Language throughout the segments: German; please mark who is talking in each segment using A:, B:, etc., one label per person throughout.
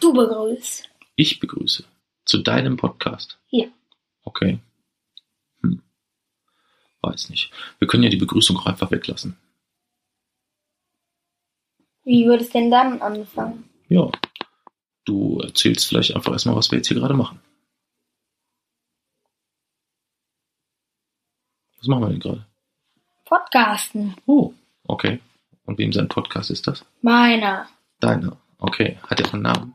A: Du begrüßt.
B: Ich begrüße. Zu deinem Podcast.
A: Ja.
B: Okay. Hm. Weiß nicht. Wir können ja die Begrüßung auch einfach weglassen.
A: Wie würde es denn dann anfangen?
B: Ja. Du erzählst vielleicht einfach erstmal, was wir jetzt hier gerade machen. Was machen wir denn gerade?
A: Podcasten.
B: Oh, okay. Und wem sein Podcast ist das?
A: Meiner.
B: Deiner. Okay. Hat er einen Namen?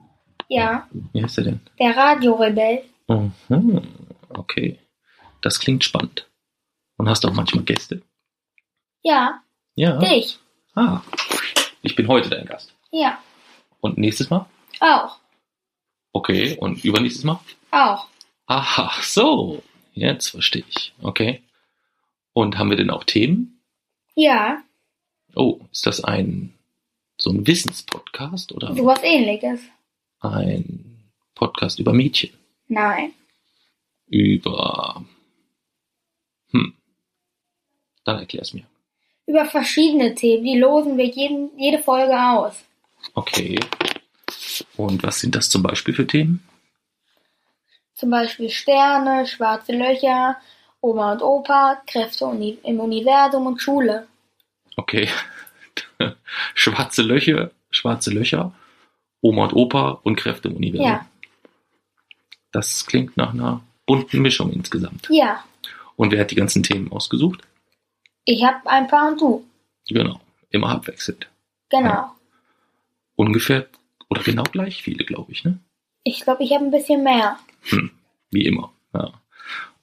A: Ja,
B: Wie heißt er denn?
A: der Radiorebell.
B: Mhm. Okay. Das klingt spannend. Und hast auch manchmal Gäste?
A: Ja,
B: Ja.
A: dich.
B: Ah. Ich bin heute dein Gast.
A: Ja,
B: Und nächstes Mal?
A: auch.
B: Okay. Und übernächstes Mal?
A: Auch.
B: Aha, so. Jetzt verstehe ich. Okay. Und haben wir denn auch Themen?
A: Ja,
B: Oh, ist das ein so ein Wissenspodcast oder
A: sowas ähnliches.
B: ein Podcast über Mädchen?
A: Nein.
B: Über. Hm. Dann erklär es mir.
A: Über verschiedene Themen, die losen wir jeden, jede Folge aus.
B: Okay. Und was sind das zum Beispiel für Themen?
A: Zum Beispiel Sterne, schwarze Löcher, Oma und Opa, Kräfte uni- im Universum und Schule.
B: Okay. schwarze Löcher, schwarze Löcher, Oma und Opa und Kräfte im Universum.
A: Ja.
B: Das klingt nach einer bunten Mischung insgesamt.
A: Ja,
B: Und wer hat die ganzen Themen ausgesucht?
A: ich habe ein paar und du.
B: Genau, immer abwechselnd.
A: Genau.
B: Ja. Ungefähr oder genau gleich viele, glaube ich, ne?
A: Ich glaube, ich habe ein bisschen mehr.
B: Wie immer. Ja.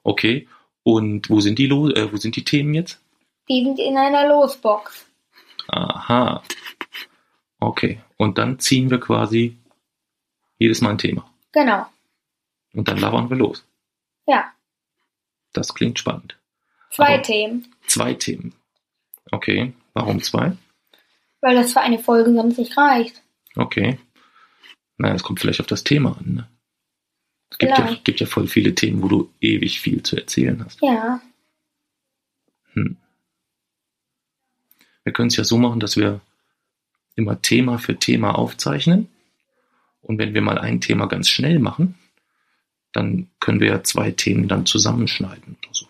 B: Okay. Und wo sind die Lo äh, wo sind die Themen jetzt?
A: Die sind in einer Losbox.
B: Aha. Okay. Und dann ziehen wir quasi jedes Mal ein Thema.
A: Genau.
B: Und dann labern wir los.
A: Ja.
B: Das klingt spannend.
A: Zwei
B: Aber-
A: Themen.
B: Zwei Themen. Okay. Warum zwei?
A: Weil das für eine Folge sonst nicht reicht.
B: Okay. Naja, es kommt vielleicht auf das Thema an. Ne? Es gibt ja,
A: Vielleicht.
B: gibt ja voll viele Themen, wo du ewig viel zu erzählen hast.
A: Ja.
B: Hm. Wir können es ja so machen, dass wir immer Thema für Thema aufzeichnen. Und wenn wir mal ein Thema ganz schnell machen, dann können wir ja zwei Themen dann zusammenschneiden oder so.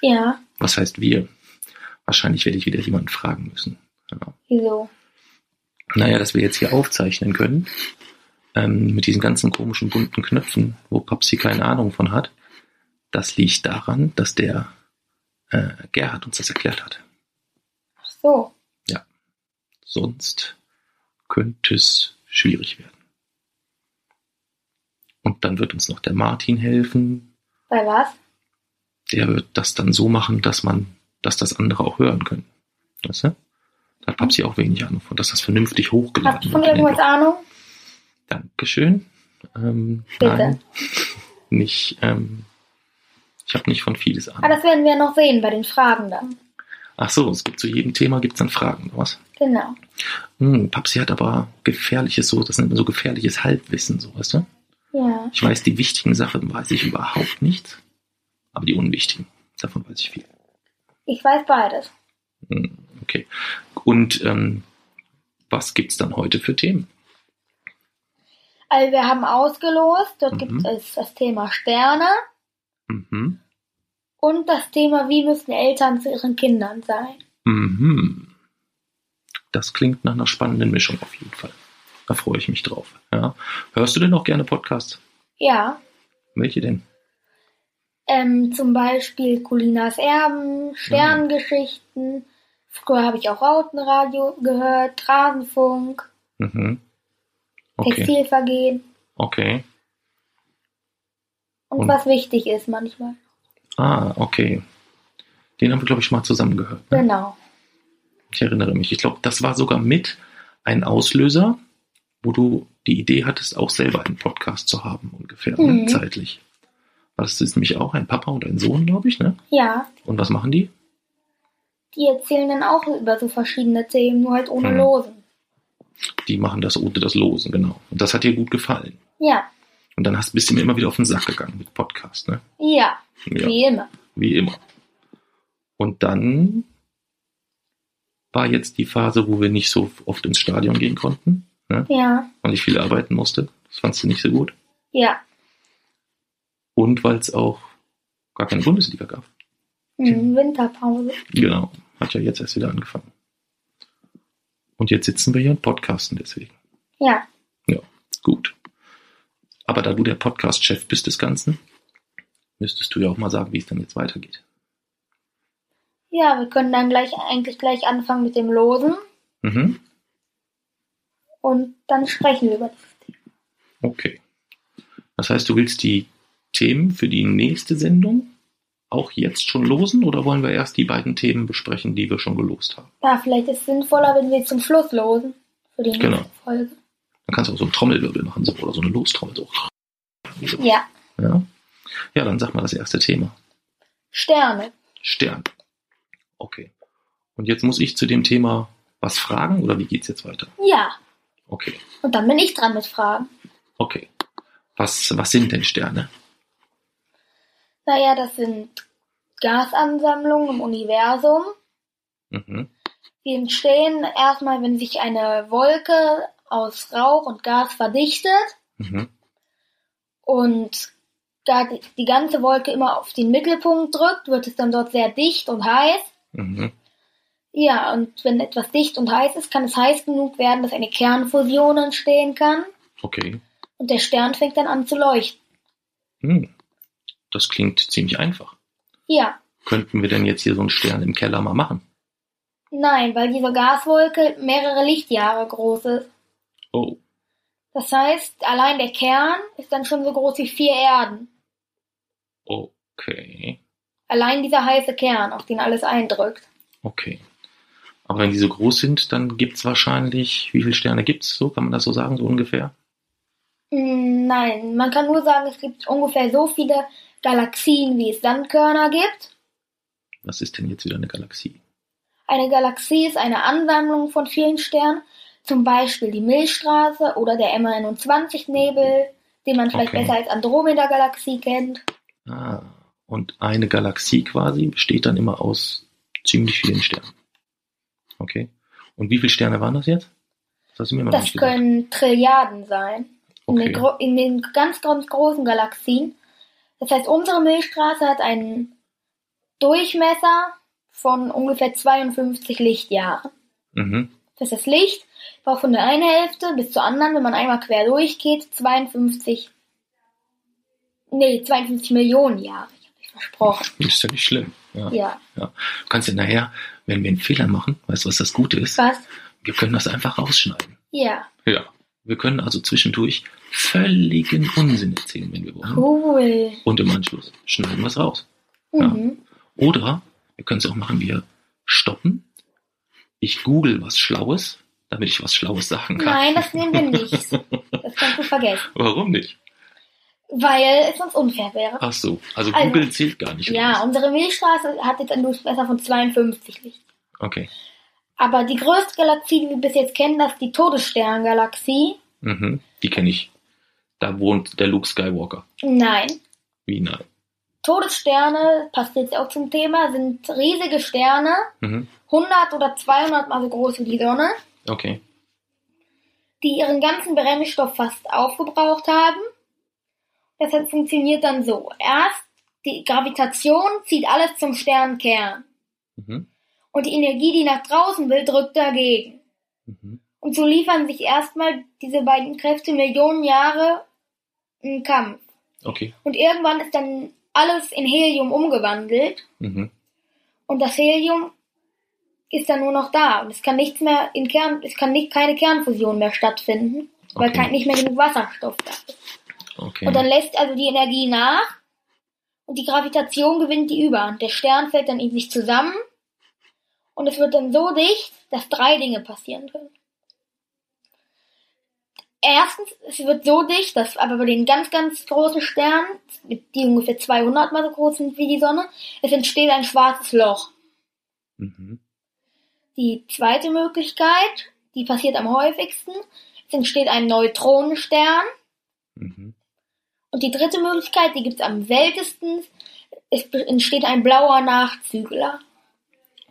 A: Ja.
B: Was heißt wir? Wahrscheinlich werde ich wieder jemanden fragen müssen. Genau. Ja.
A: Wieso?
B: Naja, dass wir jetzt hier aufzeichnen können, ähm, mit diesen ganzen komischen bunten Knöpfen, wo Papsi keine Ahnung von hat, das liegt daran, dass der äh, Gerhard uns das erklärt hat.
A: Ach so.
B: Sonst könnte es schwierig werden. Und dann wird uns noch der Martin helfen.
A: Bei was?
B: Der wird das dann so machen, dass man, dass das andere auch hören können. Weißt du? Da hat Papsi auch wenig Ahnung von, dass das vernünftig
A: Hast du
B: hochgeladen
A: von
B: wird. in den
A: irgendwas
B: Blog.
A: Ahnung?
B: Dankeschön. Ähm,
A: Bitte.
B: nein, nicht. Ähm, ich habe nicht von vieles
A: Ah,
B: Ahnung.
A: das werden wir noch sehen bei den Fragen dann.
B: Ach so, es gibt zu jedem Thema gibt's dann Fragen, oder was?
A: Genau.
B: Hm, Papsi hat aber gefährliches, so, das nennt man so gefährliches Halbwissen, so, weißt du?
A: Ja.
B: Ich weiß, die wichtigen Sachen weiß ich überhaupt nicht, aber die unwichtigen, davon weiß ich viel.
A: Ich weiß beides.
B: Hm, Okay. Und ähm, was gibt's dann heute für Themen?
A: Also wir haben ausgelost. Dort
B: Mhm.
A: gibt es das Thema Sterne
B: Mhm.
A: und das Thema, wie müssen Eltern zu ihren Kindern sein.
B: Mhm. Das klingt nach einer spannenden Mischung auf jeden Fall. Da freue ich mich drauf. Ja. Hörst du denn auch gerne Podcasts?
A: Ja.
B: Welche denn?
A: Ähm, zum Beispiel Colinas Erben, Sternengeschichten. Früher habe ich auch Rautenradio gehört, Rasenfunk,
B: Mhm. Okay.
A: Textilvergehen
B: Okay.
A: und,
B: Und-
A: was wichtig ist manchmal.
B: Ah, okay. Den haben wir, glaube ich, mal zusammen gehört. Ne?
A: Genau.
B: Ich erinnere mich. Ich glaube, das war sogar mit ein Auslöser, wo du die Idee hattest, auch selber einen Podcast zu haben, ungefähr, ne?
A: Mhm.
B: zeitlich. Das ist nämlich auch ein Papa und ein Sohn, glaube ich, ne?
A: Ja,
B: Und was machen die?
A: die erzählen dann auch über so verschiedene Themen, nur halt ohne
B: Mhm.
A: Losen.
B: Die machen das ohne das Losen, genau. Und das hat dir gut gefallen.
A: Ja,
B: Und dann hast, bist du mir immer wieder auf den Sack gegangen mit Podcast, ne?
A: ja,
B: Ja,
A: wie immer.
B: wie immer. Und dann war jetzt die Phase, wo wir nicht so oft ins Stadion gehen konnten, ne?
A: Ja,
B: weil ich viel arbeiten musste. Das fandst du nicht so gut.
A: Ja.
B: Und weil es auch gar keine Bundesliga gab.
A: Hm, Winterpause.
B: Genau. Hat ja jetzt erst wieder angefangen. Und jetzt sitzen wir hier und podcasten deswegen.
A: Ja.
B: Gut. Aber da du der Podcast-Chef bist des Ganzen, müsstest du ja auch mal sagen, wie es dann jetzt weitergeht.
A: Ja, wir können dann gleich eigentlich gleich anfangen mit dem Losen
B: Mhm.
A: und dann sprechen wir über das.
B: Okay. Das heißt, du willst die Themen für die nächste Sendung auch jetzt schon losen oder wollen wir erst die beiden Themen besprechen, die wir schon gelost haben?
A: Ja, vielleicht ist es sinnvoller, wenn wir zum Schluss losen für die nächste
B: Genau.
A: Folge.
B: Dann kannst du auch so einen Trommelwirbel machen so, oder so eine Lostrommel. So.
A: Ja.
B: Ja? ja, dann sag mal das erste Thema.
A: Sterne.
B: Stern. Okay. Und jetzt muss ich zu dem Thema was fragen oder wie geht's jetzt weiter?
A: Ja.
B: Okay.
A: Und dann bin ich dran mit Fragen.
B: Okay. Was, was sind denn Sterne?
A: Naja, das sind Gasansammlungen im Universum.
B: Mhm.
A: Die entstehen erstmal, wenn sich eine Wolke aus Rauch und Gas verdichtet
B: Mhm.
A: und da die, die ganze Wolke immer auf den Mittelpunkt drückt, wird es dann dort sehr dicht und heiß.
B: Mhm.
A: Ja, und wenn etwas dicht und heiß ist, kann es heiß genug werden, dass eine Kernfusion entstehen kann
B: Okay.
A: und der Stern fängt dann an zu leuchten.
B: Hm. Das klingt ziemlich einfach.
A: Ja,
B: Könnten wir denn jetzt hier so einen Stern im Keller mal machen?
A: nein, weil diese Gaswolke mehrere Lichtjahre groß ist.
B: Oh,
A: Das heißt, allein der Kern ist dann schon so groß wie vier Erden.
B: okay.
A: Allein dieser heiße Kern, auf den alles eindrückt.
B: Okay. Aber wenn die so groß sind, dann gibt's wahrscheinlich, wie viele Sterne gibt's? So, kann man das so sagen, so ungefähr?
A: Mm, Nein, man kann nur sagen, es gibt ungefähr so viele Galaxien, wie es Sandkörner gibt.
B: Was ist denn jetzt wieder eine Galaxie?
A: Eine Galaxie ist eine Ansammlung von vielen Sternen, zum Beispiel die Milchstraße oder der M21-Nebel, den man vielleicht
B: Okay.
A: besser als Andromeda-Galaxie kennt.
B: Ah, und eine Galaxie quasi besteht dann immer aus ziemlich vielen Sternen. Okay. Und wie viele Sterne waren das jetzt? Das hast du mir immer noch
A: Das
B: nicht gesagt.
A: können Trilliarden sein. In, den,
B: Okay.
A: gro- in den ganz, ganz großen Galaxien. Das heißt, unsere Milchstraße hat einen Durchmesser von ungefähr 52 Lichtjahren.
B: Mhm.
A: Das ist das Licht, braucht von der einen Hälfte bis zur anderen, wenn man einmal quer durchgeht, 52, nee, 52 Millionen Jahre. Ich habe mich versprochen.
B: Das ist ja nicht schlimm. Ja.
A: Ja,
B: Du kannst ja nachher, wenn wir einen Fehler machen, weißt du, was das Gute ist?
A: was?
B: Wir können das einfach rausschneiden.
A: Ja,
B: Ja. Wir können also zwischendurch völligen Unsinn erzählen, wenn wir wollen.
A: cool.
B: Und im Anschluss schneiden wir es raus.
A: Mhm.
B: Oder wir können es auch machen, wir stoppen. Ich google was Schlaues, damit ich was Schlaues sagen kann.
A: Nein, das nehmen wir nicht. Das kannst du vergessen.
B: Warum nicht?
A: Weil es uns unfair wäre.
B: Ach so, also
A: Also-
B: Google zählt gar nicht. oder
A: Ja,
B: was?
A: unsere Milchstraße hat jetzt einen Durchmesser von 52 Licht.
B: Okay.
A: Aber die größte Galaxie, die wir bis jetzt kennen, das ist die Todessterngalaxie.
B: Mhm. Die kenne ich. Da wohnt der Luke Skywalker.
A: Nein.
B: Wie nein.
A: Todessterne, passt jetzt auch zum Thema, sind riesige Sterne,
B: Mhm.
A: 100 oder 200 mal so groß wie die Sonne,
B: Okay.
A: die ihren ganzen Brennstoff fast aufgebraucht haben. Das heißt, funktioniert dann so. Erst die Gravitation zieht alles zum Sternkern
B: Mhm.
A: und die Energie, die nach draußen will, drückt dagegen.
B: Mhm.
A: Und so liefern sich erstmal diese beiden Kräfte Millionen Jahre einen Kampf.
B: Okay.
A: Und irgendwann ist dann alles in Helium umgewandelt
B: Mhm.
A: Und das Helium ist dann nur noch da. Und es kann nichts mehr in Kern, es kann nicht, keine Kernfusion mehr stattfinden, weil
B: Okay.
A: kein, nicht mehr genug Wasserstoff da ist.
B: Okay.
A: Und dann lässt also die Energie nach und die Gravitation gewinnt die Überhand. Der Stern fällt dann in sich zusammen und es wird dann so dicht, dass drei Dinge passieren können. Erstens, es wird so dicht, dass aber bei den ganz, ganz großen Sternen, die ungefähr 200 mal so groß sind wie die Sonne, es entsteht ein schwarzes Loch.
B: mhm.
A: Die zweite Möglichkeit, die passiert am häufigsten, es entsteht ein Neutronenstern.
B: Mhm.
A: Und die dritte Möglichkeit, die gibt's am seltensten, es be- entsteht ein blauer Nachzügler.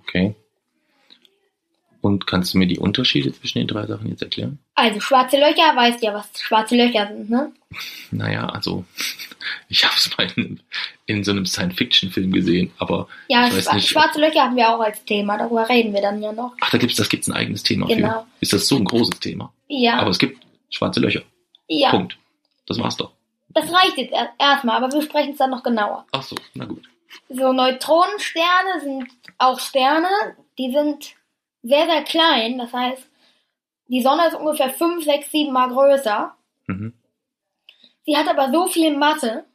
B: Okay. Und kannst du mir die Unterschiede zwischen den drei Sachen jetzt erklären?
A: Also schwarze Löcher, weißt ja, was schwarze Löcher sind, ne?
B: Naja, also ich habe es mal in, in so einem Science-Fiction-Film gesehen, aber
A: Ja,
B: Ich weiß
A: schwa
B: nicht, ob-
A: schwarze Löcher haben wir auch als Thema, darüber reden wir dann ja noch.
B: ach, da gibt's, das gibt's ein eigenes Thema
A: Genau.
B: für. Ist das so ein großes Thema?
A: Ja,
B: Aber es gibt schwarze Löcher.
A: ja.
B: Punkt. Das war's doch.
A: Das reicht jetzt er- erstmal, aber wir sprechen es dann noch genauer.
B: Ach so, na gut.
A: So Neutronensterne sind auch Sterne, die sind sehr, sehr klein. Das heißt, die Sonne ist ungefähr 5, 6, 7 Mal größer.
B: Mhm.
A: Sie hat aber so viel Masse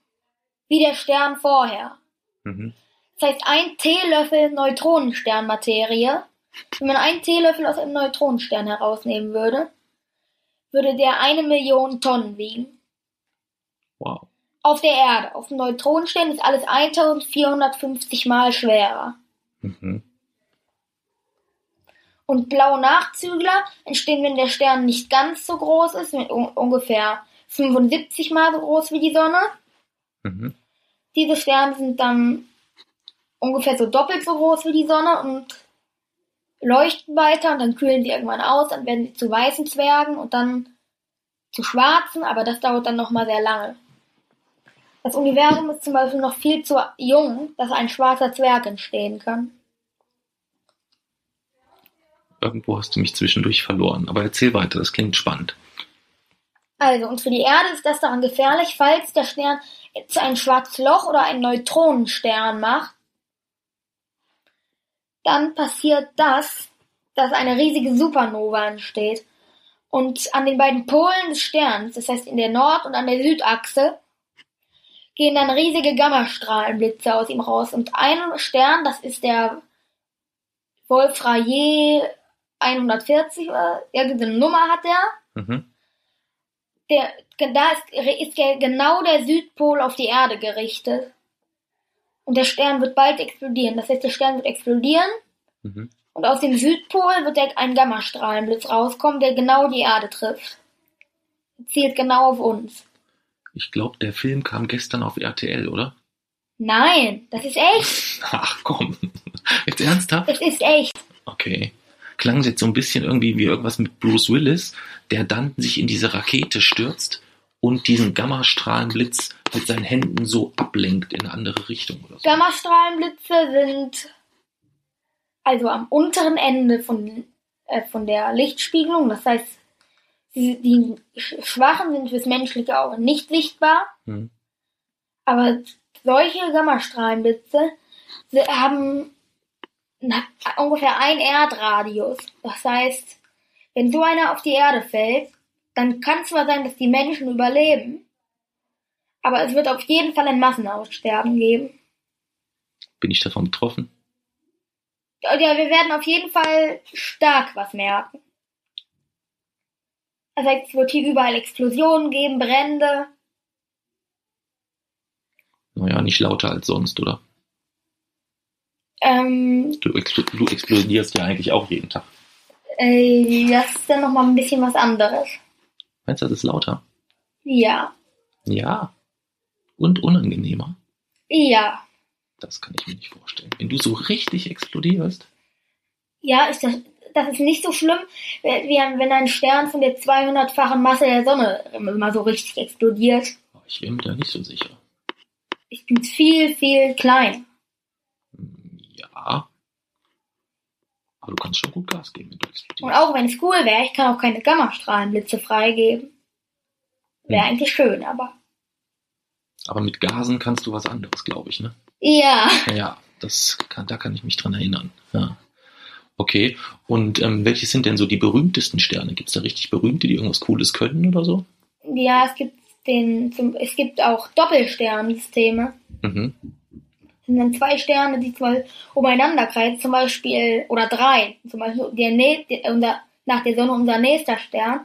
A: wie der Stern vorher.
B: Mhm.
A: Das heißt, ein Teelöffel Neutronensternmaterie, wenn man einen Teelöffel aus einem Neutronenstern herausnehmen würde, würde der eine Million Tonnen wiegen.
B: Wow.
A: Auf der Erde, auf dem Neutronenstern ist alles 1450 Mal schwerer.
B: Mhm.
A: Und blaue Nachzügler entstehen, wenn der Stern nicht ganz so groß ist, mit un ungefähr 75 Mal so groß wie die Sonne.
B: Mhm.
A: Diese Sterne sind dann ungefähr so doppelt so groß wie die Sonne und leuchten weiter und dann kühlen sie irgendwann aus, dann werden sie zu weißen Zwergen und dann zu schwarzen, aber das dauert dann nochmal sehr lange. Das Universum ist zum Beispiel noch viel zu jung, dass ein schwarzer Zwerg entstehen kann.
B: Irgendwo hast du mich zwischendurch verloren, aber erzähl weiter, das klingt spannend.
A: Also, und für die Erde ist das daran gefährlich, falls der Stern jetzt ein schwarzes Loch oder einen Neutronenstern macht, dann passiert das, dass eine riesige Supernova entsteht. Und an den beiden Polen des Sterns, das heißt in der Nord- und an der Südachse, gehen dann riesige Gammastrahlenblitze aus ihm raus. Und ein Stern, das ist der Wolf Rayet 140 oder irgendeine Nummer hat der
B: Mhm.
A: der, da ist, ist ge- genau der Südpol auf die Erde gerichtet. Und der Stern wird bald explodieren. Das heißt, der Stern wird explodieren
B: Mhm.
A: und aus dem Südpol wird der, ein Gammastrahlenblitz rauskommen, der genau die Erde trifft. Zielt genau auf uns.
B: Ich glaube, der Film kam gestern auf RTL, oder?
A: Nein, das ist echt.
B: Ach komm. Jetzt ernsthaft?
A: Das ist echt.
B: Okay. Klang es jetzt so ein bisschen irgendwie wie irgendwas mit Bruce Willis, der dann sich in diese Rakete stürzt und diesen Gammastrahlenblitz mit seinen Händen so ablenkt in eine andere Richtung oder so.
A: Gammastrahlenblitze sind also am unteren Ende von, äh, von der Lichtspiegelung. Das heißt, die, die sch- Schwachen sind fürs menschliche Auge nicht sichtbar.
B: Hm.
A: Aber solche Gammastrahlenblitze sie haben na- ungefähr ein Erdradius. Das heißt, wenn so einer auf die Erde fällt, dann kann zwar sein, dass die Menschen überleben, aber es wird auf jeden Fall ein Massenaussterben geben.
B: Bin ich davon betroffen?
A: Ja, wir werden auf jeden Fall stark was merken. Das heißt, es wird hier überall Explosionen geben, Brände.
B: Naja, nicht lauter als sonst, oder?
A: Ähm,
B: Du, expl du explodierst ja eigentlich auch jeden Tag.
A: äh, das ist dann nochmal ein bisschen was anderes.
B: Meinst du, das ist lauter?
A: Ja.
B: Ja. Und unangenehmer?
A: Ja.
B: Das kann ich mir nicht vorstellen. Wenn du so richtig explodierst,
A: Ja, ist das, das ist nicht so schlimm, wie wenn ein Stern von der 200-fachen Masse der Sonne immer so richtig explodiert.
B: oh, ich bin mir da nicht so sicher.
A: Ich bin viel, viel klein.
B: Hm, Ja. Aber du kannst schon gut Gas geben, wenn du explodierst.
A: Und auch wenn es cool wäre, ich kann auch keine Gammastrahlenblitze freigeben. Wäre
B: Hm.
A: eigentlich schön, aber.
B: Aber mit Gasen kannst du was anderes, glaube ich, ne?
A: Ja.
B: Ja, das kann, da kann ich mich dran erinnern. Ja. Okay, und ähm, welche sind denn so die berühmtesten Sterne? Gibt es da richtig berühmte, die irgendwas Cooles können oder so?
A: Ja, es gibt den, zum, es gibt auch Doppelsternsysteme.
B: Mhm.
A: Das sind dann zwei Sterne, die zum Beispiel umeinander kreisen, zum Beispiel, oder drei, zum Beispiel der, nä- der, äh, unser, nach der Sonne unser nächster Stern.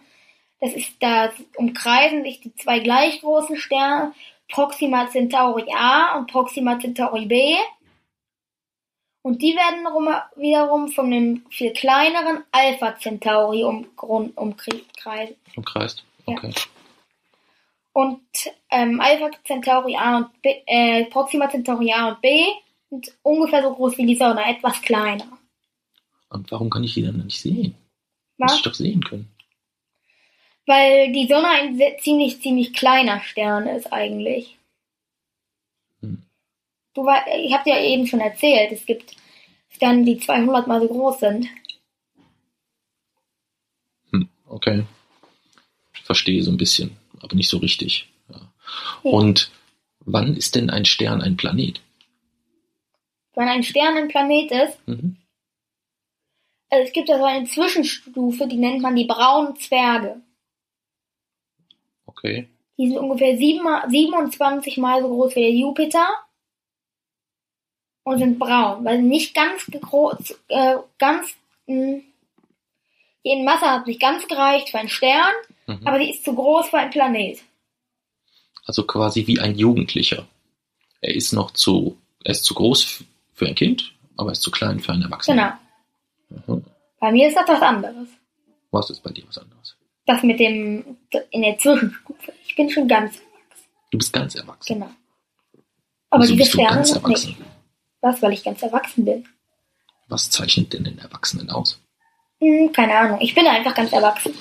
A: Das ist, da umkreisen sich die zwei gleich großen Sterne, Proxima Centauri A und Proxima Centauri B. Und die werden rum, wiederum von dem viel kleineren Alpha Centauri um, umkreisen.
B: Umkreist?
A: Ja.
B: Okay.
A: Und ähm, Alpha Centauri A und B, äh, Proxima Centauri A und B sind ungefähr so groß wie die Sonne, etwas kleiner.
B: Und warum kann ich die dann nicht sehen? Muss
A: Was?
B: ich doch sehen können.
A: Weil die Sonne ein se- ziemlich, ziemlich kleiner Stern ist eigentlich.
B: Hm.
A: Du wei- ich habe dir ja eben schon erzählt, es gibt Sterne, die 200 mal so groß sind.
B: Hm, okay. Ich verstehe so ein bisschen, aber nicht so richtig. Ja. Und wann ist denn ein Stern ein Planet?
A: Wenn ein Stern ein Planet ist,
B: Mhm.
A: also es gibt ja so eine Zwischenstufe, die nennt man die braunen Zwerge.
B: Okay.
A: Die sind ungefähr sieben mal- 27 mal so groß wie der Jupiter und sind braun, weil sie nicht ganz groß, äh, ganz, mh, die in Masse hat nicht ganz gereicht für einen Stern,
B: Mhm.
A: aber die ist zu groß für einen Planet.
B: Also quasi wie ein Jugendlicher. Er ist noch zu, er ist zu groß f- für ein Kind, aber er ist zu klein für einen Erwachsenen.
A: Genau.
B: Mhm.
A: Bei mir ist das was anderes.
B: Was ist bei dir was anderes?
A: Das mit dem, in der Zwischenstufe. Ich bin schon ganz,
B: Du bist ganz erwachsen.
A: genau. Aber
B: Wieso
A: diese
B: bist du
A: Sterne
B: ganz
A: noch
B: erwachsen?
A: nicht. Was, weil ich ganz erwachsen bin?
B: Was zeichnet denn den Erwachsenen aus?
A: Hm, keine Ahnung. Ich bin einfach ganz erwachsen.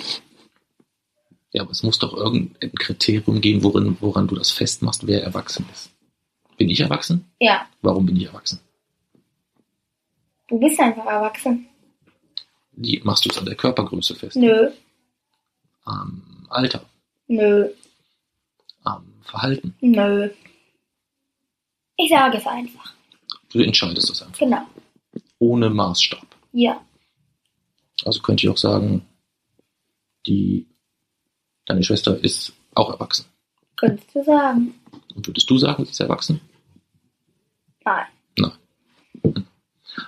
B: Ja, aber es muss doch irgendein Kriterium geben, worin, woran du das festmachst, wer erwachsen ist. Bin ich erwachsen?
A: Ja,
B: Warum bin ich erwachsen?
A: du bist einfach erwachsen.
B: Die machst du es an der Körpergröße fest.
A: Nö,
B: Am Alter,
A: nö,
B: am Verhalten.
A: nö. Ich sage es einfach.
B: Du entscheidest das einfach.
A: Genau.
B: Ohne Maßstab.
A: Ja.
B: Also könnte ich auch sagen, die, deine Schwester ist auch erwachsen.
A: Könntest du sagen.
B: Und würdest du sagen, sie ist erwachsen?
A: Nein.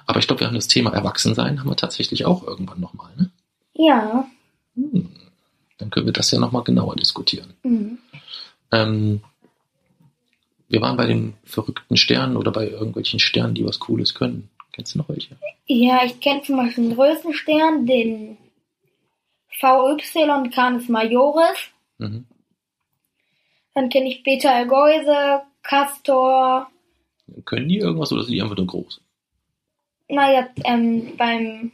B: Aber ich glaube, wir haben das Thema Erwachsensein haben wir tatsächlich auch irgendwann nochmal. Ne?
A: Ja.
B: Hm. Dann können wir das ja nochmal genauer diskutieren.
A: Hm.
B: Ähm, wir waren bei den verrückten Sternen oder bei irgendwelchen Sternen, die was Cooles können. Kennst du noch welche?
A: Ja, ich kenne zum Beispiel den größten Stern, den VY Canis Majoris.
B: Mhm.
A: Dann kenne ich Beta Algeuse, Castor.
B: Können die irgendwas oder sind die einfach nur groß?
A: Naja, ähm, beim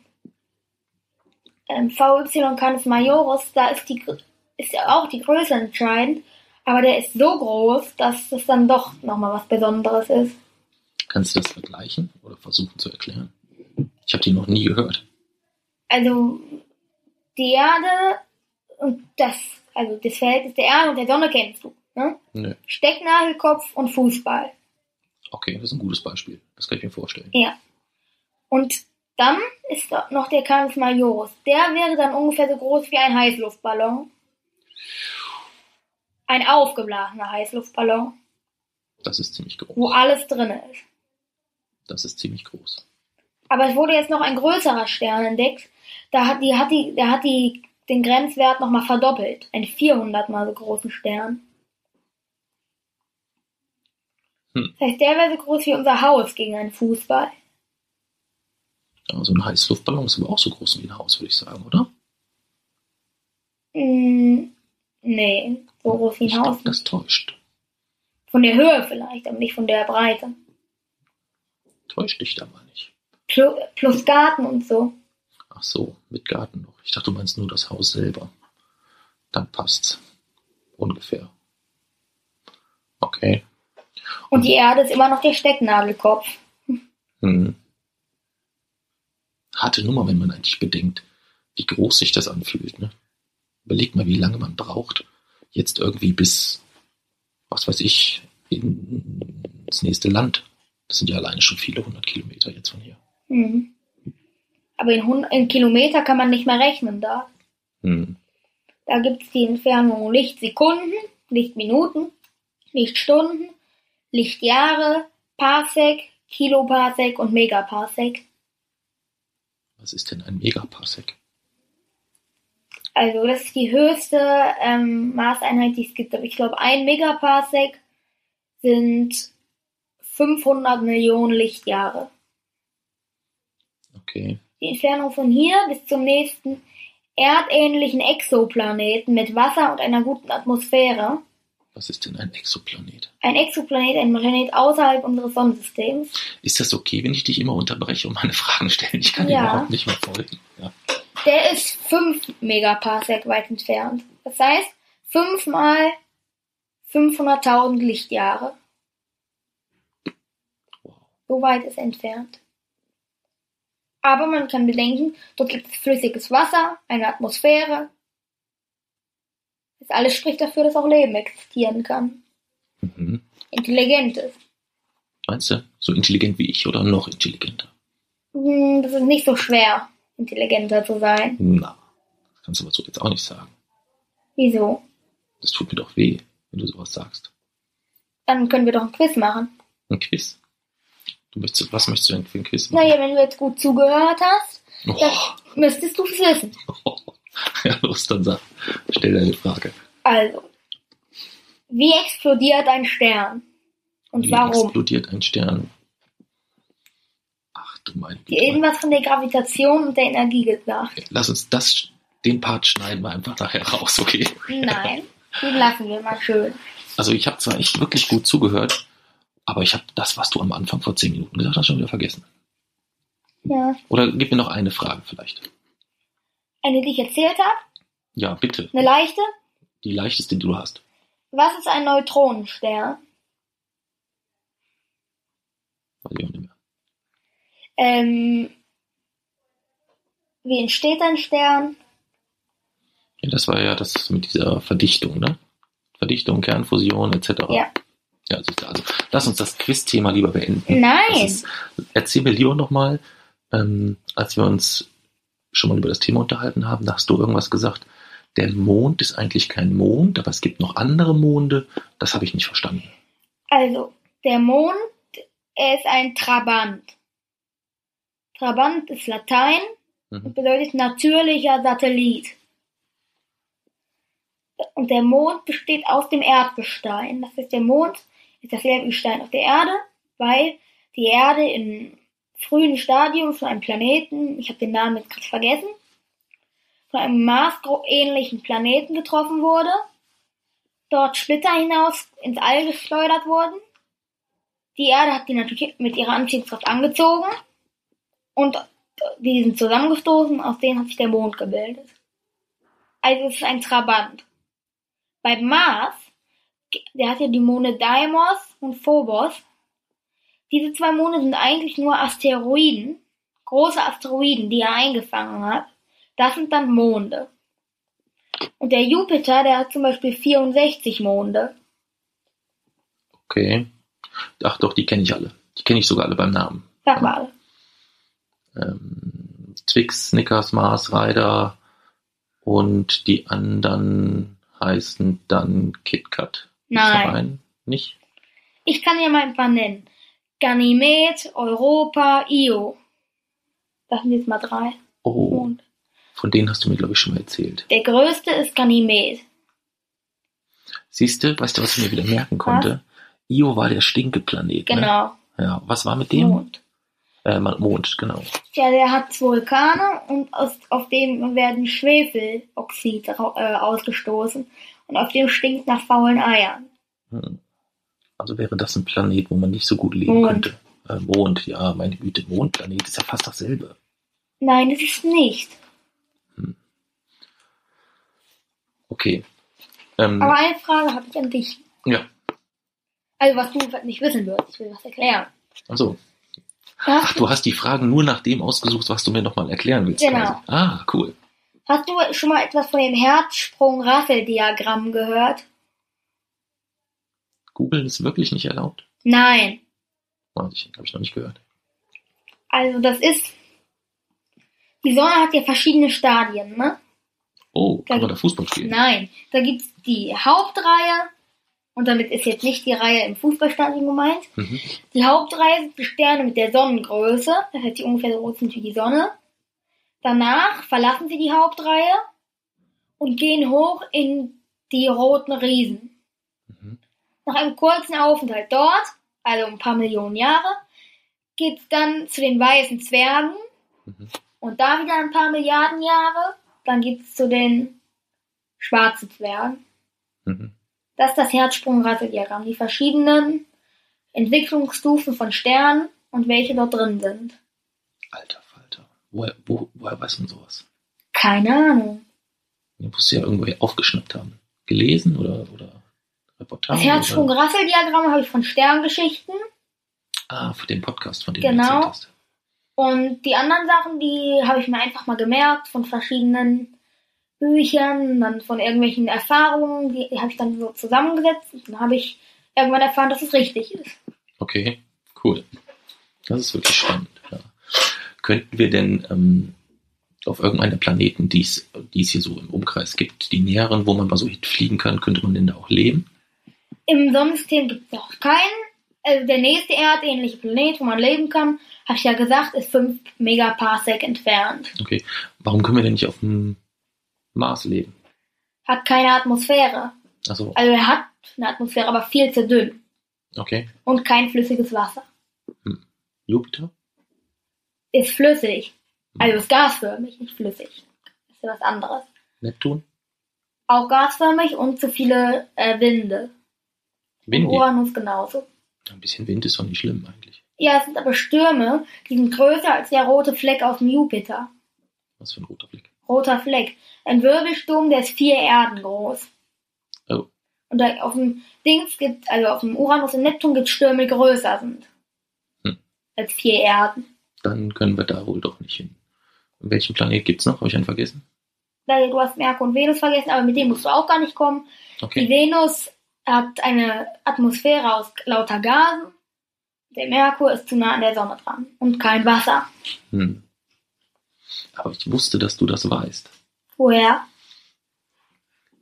A: ähm, VY Canis Majoris, da ist, die, Gr- ist ja auch die Größe entscheidend. Aber der ist so groß, dass das dann doch nochmal was Besonderes ist.
B: Kannst du das vergleichen oder versuchen zu erklären? Ich habe die noch nie gehört.
A: Also die Erde und das, also das Verhältnis der Erde und der Sonne kennst du. Ne?
B: Nö.
A: Stecknadelkopf und Fußball.
B: Okay, das ist ein gutes Beispiel. Das kann ich mir vorstellen.
A: Und dann ist da noch der Canis Majoris. Der wäre dann ungefähr so groß wie ein Heißluftballon. Ein aufgeblasener Heißluftballon,
B: Das ist ziemlich groß.
A: wo alles drin ist.
B: Das ist ziemlich groß.
A: Aber es wurde jetzt noch ein größerer Stern entdeckt. Da hat die, hat die, da hat die den Grenzwert nochmal verdoppelt. Einen 400 mal so großen Stern.
B: Hm.
A: Das heißt, der wäre so groß wie unser Haus gegen einen Fußball.
B: Ja, so ein Heißluftballon ist aber auch so groß wie ein Haus, würde ich sagen, oder?
A: Hm, nee, so groß wie
B: Ich
A: ein Haus.
B: glaube, das täuscht.
A: Von der Höhe vielleicht, aber nicht von der Breite.
B: Täuscht dich da mal nicht.
A: Plu- Plus Garten und so.
B: Ach so, mit Garten noch. Ich dachte, du meinst nur das Haus selber. Dann passt's. Ungefähr. Okay.
A: Und die Erde ist immer noch der Stecknadelkopf.
B: Hm. Harte Nummer, wenn man eigentlich bedenkt, wie groß sich das anfühlt. Ne? Überleg mal, wie lange man braucht, jetzt irgendwie bis, was weiß ich, in, ins nächste Land. Das sind ja alleine schon viele hundert Kilometer jetzt von hier.
A: Hm. Aber in, Hund- in Kilometer kann man nicht mehr rechnen da.
B: Hm.
A: Da gibt's die Entfernung Lichtsekunden, Lichtminuten, Lichtstunden, Lichtjahre, Parsec, Kiloparsec und Megaparsec.
B: Was ist denn ein Megaparsec?
A: Also das ist die höchste ähm, Maßeinheit, die es gibt. Aber ich glaube, ein Megaparsec sind 500 Millionen Lichtjahre.
B: Okay.
A: Die Entfernung von hier bis zum nächsten erdähnlichen Exoplaneten mit Wasser und einer guten Atmosphäre
B: Was ist denn ein Exoplanet?
A: Ein Exoplanet, ein Planet außerhalb unseres Sonnensystems.
B: Ist das okay, wenn ich dich immer unterbreche und meine Fragen stelle? Ich kann
A: Ja.
B: dir überhaupt nicht mehr folgen. Ja.
A: Der ist 5 Megaparsec weit entfernt. Das heißt, 5 mal 500.000 Lichtjahre. So weit ist er entfernt. Aber man kann bedenken, dort gibt es flüssiges Wasser, eine Atmosphäre. Das alles spricht dafür, dass auch Leben existieren kann.
B: Mhm.
A: Intelligentes.
B: Meinst du? So intelligent wie ich oder noch intelligenter?
A: Hm, Das ist nicht so schwer, intelligenter zu sein.
B: Na, das kannst du aber so jetzt auch nicht sagen.
A: Wieso?
B: Das tut mir doch weh, wenn du sowas sagst.
A: Dann können wir doch ein Quiz machen.
B: Ein Quiz. Du möchtest, was möchtest du denn für ein Quiz machen?
A: Naja, wenn du jetzt gut zugehört hast,
B: Oh,
A: müsstest du es wissen.
B: ja, los, dann sag. Stell deine Frage.
A: Also, wie explodiert ein Stern? Und
B: Wie
A: warum?
B: explodiert ein Stern? Ach du mein
A: Die irgendwas von der Gravitation und der Energie gesagt.
B: Lass uns das, den Part schneiden wir einfach nachher raus, okay?
A: Nein, den lassen wir mal schön.
B: Also ich habe zwar echt wirklich gut zugehört, aber ich habe das, was du am Anfang vor zehn Minuten gesagt hast, schon wieder vergessen.
A: Ja.
B: Oder gib mir noch eine Frage vielleicht.
A: Eine, die ich erzählt habe,
B: Ja, bitte.
A: eine leichte.
B: Die leichteste, die du hast.
A: Was ist ein Neutronenstern?
B: Weiß ich auch nicht mehr.
A: Ähm, wie entsteht ein Stern?
B: Ja, das war ja das mit dieser Verdichtung, ne? Verdichtung, Kernfusion etc.
A: Ja.
B: Ja, siehst du, also lass uns das Quiz-Thema lieber beenden. Das
A: Nein,
B: ist, erzähl mir lieber nochmal, ähm, als wir uns schon mal über das Thema unterhalten haben, da hast du irgendwas gesagt, der Mond ist eigentlich kein Mond, aber es gibt noch andere Monde. Das habe ich nicht verstanden.
A: also der Mond, er ist ein Trabant. Trabant ist Latein
B: Mhm.
A: und bedeutet natürlicher Satellit. Und der Mond besteht aus dem Erdgestein. Das heißt, der Mond ist das Erdgestein auf der Erde, weil die Erde im frühen Stadium von einem Planeten, ich habe den Namen jetzt gerade vergessen, von einem Mars-ähnlichen Planeten getroffen wurde, dort Splitter hinaus ins All geschleudert wurden. Die Erde hat die natürlich mit ihrer Anziehungskraft angezogen und die sind zusammengestoßen, aus denen hat sich der Mond gebildet. Also es ist ein Trabant. Bei Mars, der hat ja die Monde Deimos und Phobos. Diese zwei Monde sind eigentlich nur Asteroiden, große Asteroiden, die er eingefangen hat. Das sind dann Monde. Und der Jupiter, der hat zum Beispiel 64 Monde.
B: Okay. Ach doch, die kenne ich alle. Die kenne ich sogar alle beim Namen.
A: Sag mal.
B: ähm, Twix, Snickers, Mars, Ryder und die anderen heißen dann KitKat.
A: Nein.
B: Verein? Nicht?
A: Ich kann ja mal ein paar nennen. Ganymed, Europa, Io. Das sind jetzt mal drei.
B: Oh,
A: Und
B: von denen hast du mir, glaube ich, schon mal erzählt.
A: der größte ist Ganymed.
B: Siehst du, weißt du, was ich mir wieder merken konnte? Io war der Stinkeplanet.
A: Genau.
B: Ne? Ja, was war mit dem?
A: Mond.
B: Äh, Mann, Mond, genau.
A: Ja, der hat zwei Vulkane und aus, auf dem werden Schwefeloxid ra- äh, ausgestoßen. Und auf dem stinkt nach faulen Eiern.
B: Hm. Also wäre das ein Planet, wo man nicht so gut leben
A: Mond.
B: könnte. Äh, Mond, ja, meine Güte, Mondplanet ist ja fast dasselbe.
A: Nein, das ist nicht.
B: Okay. Ähm,
A: Aber eine Frage habe ich an dich.
B: ja,
A: Also was du nicht wissen wirst. Ich will was erklären.
B: also Ach,
A: Hast,
B: du hast die Fragen nur nach dem ausgesucht, was du mir nochmal erklären willst.
A: Genau.
B: quasi. Ah, cool.
A: hast du schon mal etwas von dem Herzsprung-Rassel-Diagramm gehört?
B: Google ist wirklich nicht erlaubt.
A: Nein.
B: Habe ich, hab ich noch nicht gehört.
A: Also das ist. Die Sonne hat ja verschiedene Stadien, ne?
B: Oh, kann
A: Dann-
B: man da Fußball spielen?
A: Nein. Da gibt's die Hauptreihe. Und damit ist jetzt nicht die Reihe im Fußballstadion gemeint.
B: Mhm.
A: Die Hauptreihe sind die Sterne mit der Sonnengröße. Das heißt, die ungefähr so groß sind wie die Sonne. Danach verlassen sie die Hauptreihe und gehen hoch in die roten Riesen.
B: Mhm.
A: Nach einem kurzen Aufenthalt dort, also ein paar Millionen Jahre, geht's dann zu den weißen Zwergen.
B: Mhm.
A: Und da wieder ein paar Milliarden Jahre, dann geht's zu den schwarzen Zwergen.
B: Mhm.
A: Das ist das Herzsprung-Rasse-Diagramm, die verschiedenen Entwicklungsstufen von Sternen und welche dort drin sind.
B: Alter Falter. Woher, wo, woher weiß man sowas?
A: Keine Ahnung.
B: Man muss es ja irgendwo hier aufgeschnappt haben. Gelesen oder, oder
A: Das
B: Reportage? oder-
A: Herzsprung-Rasse-Diagramm habe ich von Sterngeschichten
B: Ah, von dem Podcast, von dem
A: Genau.
B: du erzählt hast.
A: und die anderen Sachen, die habe ich mir einfach mal gemerkt von verschiedenen Büchern, dann von irgendwelchen Erfahrungen, die habe ich dann so zusammengesetzt und dann habe ich irgendwann erfahren, dass es richtig ist.
B: Okay, cool. Das ist wirklich spannend. Ja. Könnten wir denn ähm, auf irgendeinem Planeten, die es die es hier so im Umkreis gibt, die näheren, wo man mal so hinfliegen kann, könnte man denn da auch leben?
A: Im Sonnensystem gibt es auch keinen. Also der nächste erdähnliche Planet, wo man leben kann, habe ich ja gesagt, ist 5 Megaparsec entfernt.
B: Warum können wir denn nicht auf dem Mars leben?
A: Hat keine Atmosphäre.
B: Also,
A: Also er hat eine Atmosphäre, aber viel zu dünn.
B: okay.
A: Und kein flüssiges Wasser.
B: Jupiter?
A: Ist flüssig.
B: Hm.
A: Also ist gasförmig, nicht flüssig. Ist ja was anderes.
B: Neptun?
A: Auch gasförmig und zu viele äh, Winde. Und
B: Windy.
A: Uranus genauso.
B: Ein bisschen Wind ist doch nicht schlimm eigentlich.
A: Ja, es sind aber Stürme, die sind größer als der rote Fleck auf dem Jupiter.
B: Was für ein roter Blick.
A: roter Fleck. Ein Wirbelsturm, der ist vier Erden groß.
B: Oh.
A: Und da auf dem Dings gibt, also auf dem Uranus und Neptun gibt Stürme, die größer sind.
B: Hm.
A: Als vier Erden.
B: Dann können wir da wohl doch nicht hin. Und welchen Planet gibt's noch? Habe ich einen vergessen?
A: Daher, du hast Merkur und Venus vergessen, aber mit denen musst du auch gar nicht kommen. Die
B: Okay.
A: Venus hat eine Atmosphäre aus lauter Gasen. Der Merkur ist zu nah an der Sonne dran. Und kein Wasser.
B: Hm. Aber ich wusste, dass du das weißt.
A: Woher?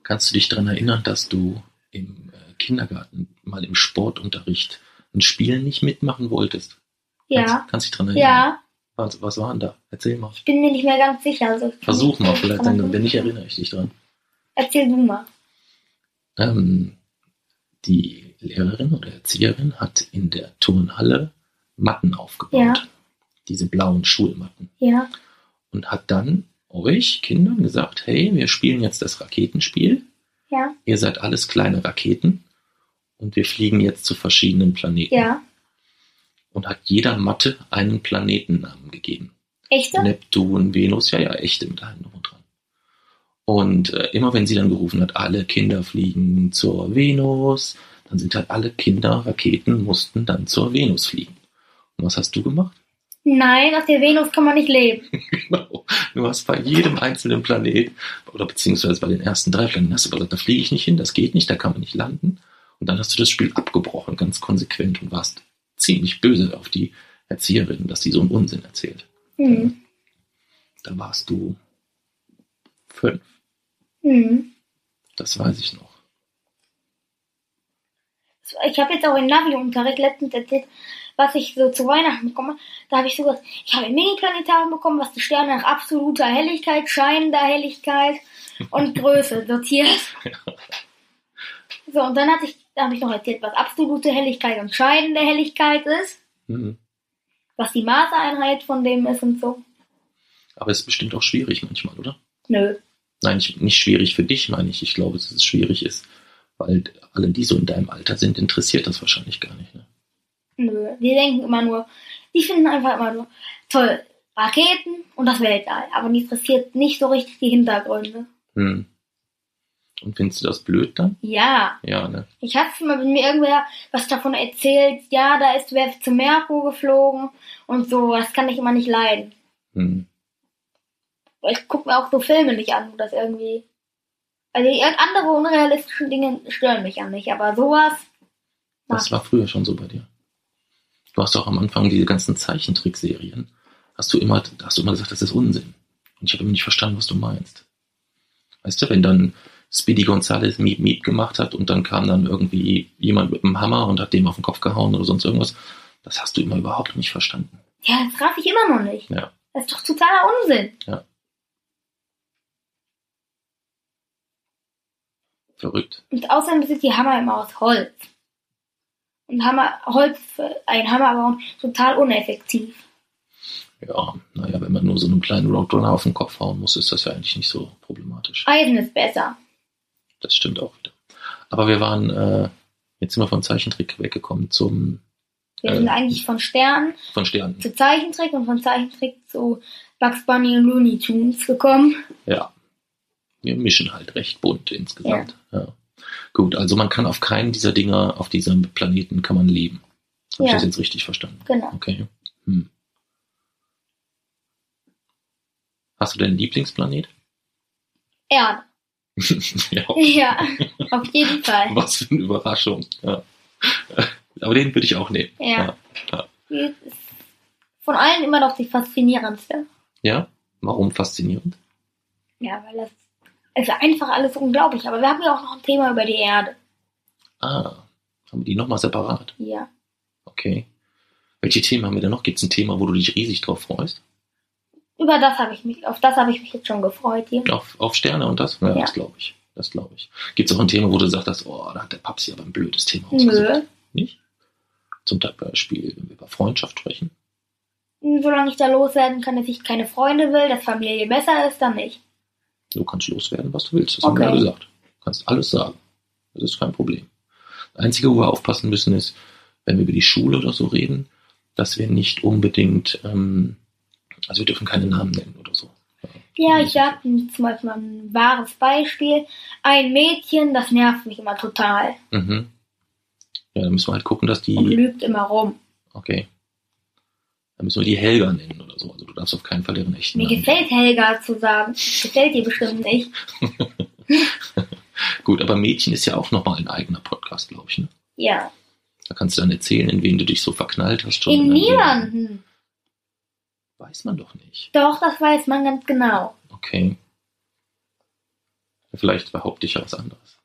B: Kannst du dich daran erinnern, dass du im äh, Kindergarten mal im Sportunterricht ein Spiel nicht mitmachen wolltest?
A: Ja.
B: Kannst, kannst du dich daran
A: Ja.
B: erinnern? Was, was war denn da? Erzähl mal.
A: Ich bin mir nicht mehr ganz sicher. Also ich-
B: Versuch mal, vielleicht dann, wenn nicht, erinnere ich dich dran.
A: Erzähl du mal.
B: Ähm, die Lehrerin oder Erzieherin hat in der Turnhalle Matten aufgebaut.
A: Ja.
B: Diese blauen Schulmatten.
A: Ja.
B: Und hat dann euch Kindern gesagt, hey, wir spielen jetzt das Raketenspiel.
A: Ja.
B: Ihr seid alles kleine Raketen und wir fliegen jetzt zu verschiedenen Planeten.
A: Ja.
B: Und hat jeder Matte einen Planetennamen gegeben.
A: Echte?
B: Neptun, Venus, ja, ja, echte mit allem drum und dran. Und äh, immer wenn sie dann gerufen hat, alle Kinder fliegen zur Venus, dann sind halt alle Kinder, Raketen mussten dann zur Venus fliegen. Und was hast du gemacht?
A: Nein, auf der Venus kann man nicht leben.
B: Genau. Du hast bei jedem einzelnen Planet, oder beziehungsweise bei den ersten drei Planeten, hast du gesagt, da fliege ich nicht hin, das geht nicht, da kann man nicht landen. Und dann hast du das Spiel abgebrochen, ganz konsequent und warst ziemlich böse auf die Erzieherin, dass sie so einen Unsinn erzählt.
A: Hm.
B: Da warst du fünf.
A: Hm.
B: Das weiß ich noch.
A: Ich habe jetzt auch im Navi-Unterricht letztens erzählt, was ich so zu Weihnachten bekomme. Da habe ich so gesagt, ich habe ein Mini-Planetarium bekommen, was die Sterne nach absoluter Helligkeit, scheinender Helligkeit und Größe sortiert. So, und dann hatte ich, da habe ich noch erzählt, was absolute Helligkeit und scheinende Helligkeit ist,
B: Mhm.
A: was die Maßeinheit von dem ist und so.
B: Aber es ist bestimmt auch schwierig manchmal, oder?
A: Nö.
B: Nein, ich, nicht schwierig für dich, meine ich. Ich glaube, dass es schwierig ist, weil alle, die so in deinem Alter sind, interessiert das wahrscheinlich gar nicht. Ne?
A: Nö, die denken immer nur, die finden einfach immer nur toll Raketen und das Weltall, aber die interessiert nicht so richtig die Hintergründe.
B: Hm. Und findest du das blöd dann?
A: Ja,
B: Ja, ne?
A: ich hab's mal, wenn mir irgendwer was davon erzählt, ja, da ist wer zu Merkur geflogen und so, das kann ich immer nicht leiden.
B: Hm.
A: Ich guck mir auch so Filme nicht an, wo das irgendwie. Also die andere unrealistische Dinge stören mich an nicht, aber sowas.
B: Das war früher schon so bei dir. Du hast doch am Anfang diese ganzen Zeichentrickserien. Hast du immer, hast du immer gesagt, das ist Unsinn. Und ich habe immer nicht verstanden, was du meinst. Weißt du, wenn dann Speedy Gonzales Miep Miep gemacht hat und dann kam dann irgendwie jemand mit einem Hammer und hat dem auf den Kopf gehauen oder sonst irgendwas, das hast du immer überhaupt nicht verstanden.
A: Ja, das raff ich immer noch nicht.
B: Ja.
A: Das ist doch totaler Unsinn.
B: Verrückt.
A: Und außerdem sind die Hammer immer aus Holz. Und Hammer, Holz, für ein Hammerbaum, total uneffektiv.
B: Ja, naja, wenn man nur so einen kleinen Roadrunner auf den Kopf hauen muss, ist das ja eigentlich nicht so problematisch.
A: Eisen ist besser.
B: Das stimmt auch wieder. Aber wir waren, äh, jetzt sind wir vom Zeichentrick weggekommen zum,
A: Wir sind
B: Äh.
A: eigentlich von Sternen
B: von Sternen.
A: zu Zeichentrick und von Zeichentrick zu Bugs Bunny und Looney Tunes gekommen.
B: Ja. Wir mischen halt recht bunt insgesamt. Ja. Gut, also man kann auf keinen dieser Dinger, auf diesem Planeten kann man leben. Habe ich
A: Ja.
B: das jetzt richtig verstanden?
A: Genau.
B: Okay. Hm. Hast du deinen Lieblingsplanet?
A: Erde.
B: ja.
A: Ja, auf jeden Fall.
B: Was für eine Überraschung. Ja. Aber den würde ich auch nehmen.
A: Ja.
B: Ja.
A: Die ist Von allen immer noch die faszinierendste.
B: Ja? Warum faszinierend?
A: Ja, weil das ist einfach alles unglaublich. Aber wir haben ja auch noch ein Thema über die Erde.
B: Ah, haben wir die nochmal separat?
A: Ja.
B: Okay. Welche Themen haben wir denn noch? Gibt es ein Thema, wo du dich riesig drauf freust?
A: Über das habe ich mich, auf das habe ich mich jetzt schon gefreut hier.
B: Auf, auf Sterne und das? Ja,
A: Ja.
B: das glaube ich. Das glaube ich. Gibt es auch ein Thema, wo du sagst, oh, da hat der Papsi aber ein blödes Thema ausgesucht?
A: Nö.
B: Nicht? Zum Beispiel, wenn wir über Freundschaft sprechen.
A: Solange ich da loswerden kann, dass ich keine Freunde will, dass Familie besser ist, dann nicht.
B: Du kannst loswerden, was du willst. Das haben wir
A: Okay.
B: ja gesagt. Du kannst alles sagen. Das ist kein Problem. Das Einzige, wo wir aufpassen müssen, ist, wenn wir über die Schule oder so reden, dass wir nicht unbedingt, ähm, also wir dürfen keine Namen nennen oder so.
A: Ja, ich sag Ihnen zum Beispiel mal ein wahres Beispiel. Ein Mädchen, das nervt mich immer total
B: Mhm. Ja, dann müssen wir halt gucken, dass
A: und
B: die,
A: lügt immer rum.
B: okay, dann müssen wir die Helga nennen oder so. Also du darfst auf keinen Fall deren echten
A: Mir
B: Namen.
A: gefällt Helga zu sagen. Gefällt dir bestimmt nicht.
B: Gut, aber Mädchen ist ja auch nochmal ein eigener Podcast, glaube ich. Ne?
A: Ja.
B: Da kannst du dann erzählen, in wen du dich so verknallt hast. schon.
A: In
B: An wen-
A: niemanden.
B: Weiß man doch nicht.
A: Doch, das weiß man ganz genau.
B: Okay. Vielleicht behaupte ich ja was anderes.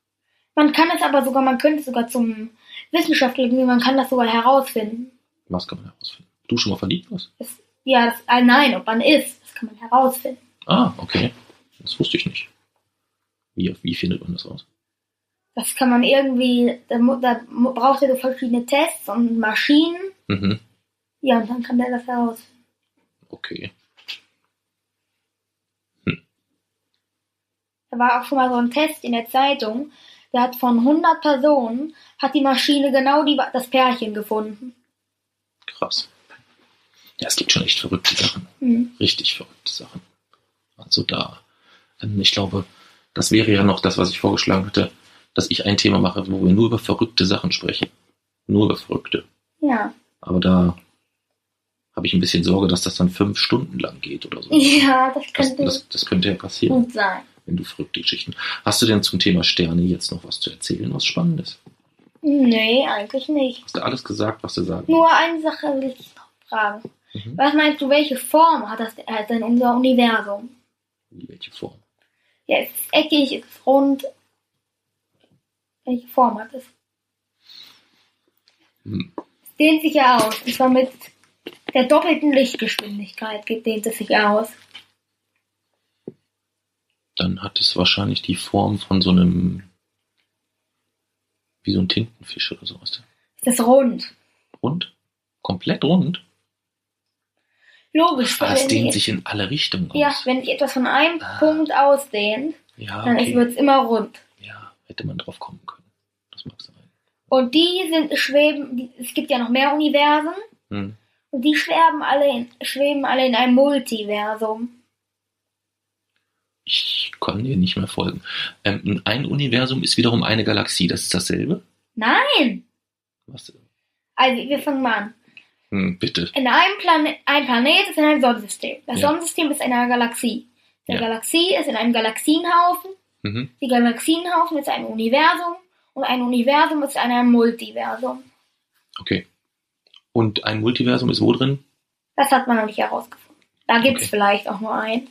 A: Man kann es aber sogar, man könnte es sogar zum Wissenschaftler gehen, man kann das sogar herausfinden.
B: Was kann man herausfinden? Du schon mal verliebt warst?
A: Ja, das, ah, nein, ob man ist, das kann man herausfinden.
B: Ah, okay. Das wusste ich nicht. Wie, wie findet man das raus?
A: Das kann man irgendwie, da, mu- da mu- braucht er so verschiedene Tests und Maschinen.
B: Mhm.
A: Ja, und dann kann der das herausfinden.
B: Okay.
A: Da war auch schon mal so ein Test in der Zeitung. Der hat von 100 Personen, hat die Maschine genau die, das Pärchen gefunden.
B: Krass. Ja, es gibt schon echt verrückte Sachen.
A: Hm.
B: Richtig verrückte Sachen. Also da. ähm, Ich glaube, das wäre ja noch das, was ich vorgeschlagen hatte, dass ich ein Thema mache, wo wir nur über verrückte Sachen sprechen. Nur über verrückte.
A: Ja.
B: Aber da habe ich ein bisschen Sorge, dass das dann fünf Stunden lang geht oder so.
A: Ja, das
B: Das,
A: könnte
B: das, das könnte ja passieren,
A: gut sein.
B: wenn du verrückte Geschichten. Hast du denn zum Thema Sterne jetzt noch was zu erzählen, was Spannendes?
A: Nee, eigentlich nicht.
B: Hast du alles gesagt, was du sagen
A: Nur eine Sache will ich noch fragen.
B: Mhm.
A: Was meinst du, welche Form hat das hat denn unser Universum?
B: Welche Form?
A: Ja, ist es eckig, ist es rund? Welche Form hat es?
B: Hm.
A: Es dehnt sich ja aus. Und zwar mit der doppelten Lichtgeschwindigkeit dehnt es sich aus.
B: Dann hat es wahrscheinlich die Form von so einem. wie so ein Tintenfisch oder so. Weißt du?
A: Es ist rund.
B: Rund? Komplett rund?
A: Logisch.
B: Ah, es
A: wenn
B: dehnt
A: ich-
B: sich in alle Richtungen
A: ja,
B: aus.
A: wenn ich etwas von einem
B: Ah.
A: Punkt ausdehnt,
B: Ja,
A: dann
B: okay.
A: wird es immer rund.
B: ja, hätte man drauf kommen können. Das mag sein.
A: Und die sind schweben, die, es gibt ja noch mehr Universen.
B: Hm.
A: Und die schweben alle in, schweben alle in einem Multiversum.
B: Ich kann dir nicht mehr folgen. Ähm, ein Universum ist wiederum eine Galaxie. Das ist dasselbe?
A: Nein!
B: Was?
A: Also, wir fangen mal an.
B: Hm, bitte.
A: In einem Planet, ein Planet ist in einem Sonnensystem. Das
B: Ja.
A: Sonnensystem ist in einer Galaxie. Die
B: Ja.
A: Galaxie ist in einem Galaxienhaufen.
B: Mhm.
A: Die Galaxienhaufen ist ein Universum. Und ein Universum ist in einem Multiversum.
B: Okay. Und ein Multiversum ist wo drin?
A: Das hat man noch nicht herausgefunden. Da gibt es
B: Okay.
A: vielleicht auch nur eins.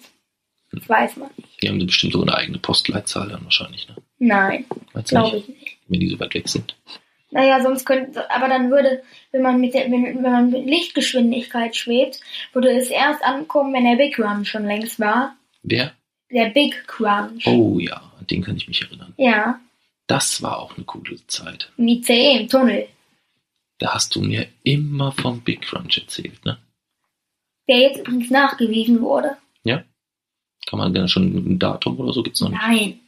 A: Das weiß man nicht.
B: Die haben so bestimmt so eine eigene Postleitzahl dann wahrscheinlich, ne?
A: Nein,
B: Meinst du
A: glaube
B: nicht?
A: ich nicht.
B: Wenn die so weit weg sind.
A: Naja, sonst könnte, aber dann würde, wenn man mit der, wenn, wenn man mit Lichtgeschwindigkeit schwebt, würde es erst ankommen, wenn der Big Crunch schon längst war.
B: Wer?
A: Der Big Crunch.
B: Oh ja, an den kann ich mich erinnern.
A: Ja,
B: Das war auch eine coole Zeit.
A: im ICE, im Tunnel,
B: Da hast du mir immer vom Big Crunch erzählt, ne?
A: der jetzt übrigens nachgewiesen wurde.
B: Kann man denn schon ein Datum oder so gibt's noch nicht?
A: Nein.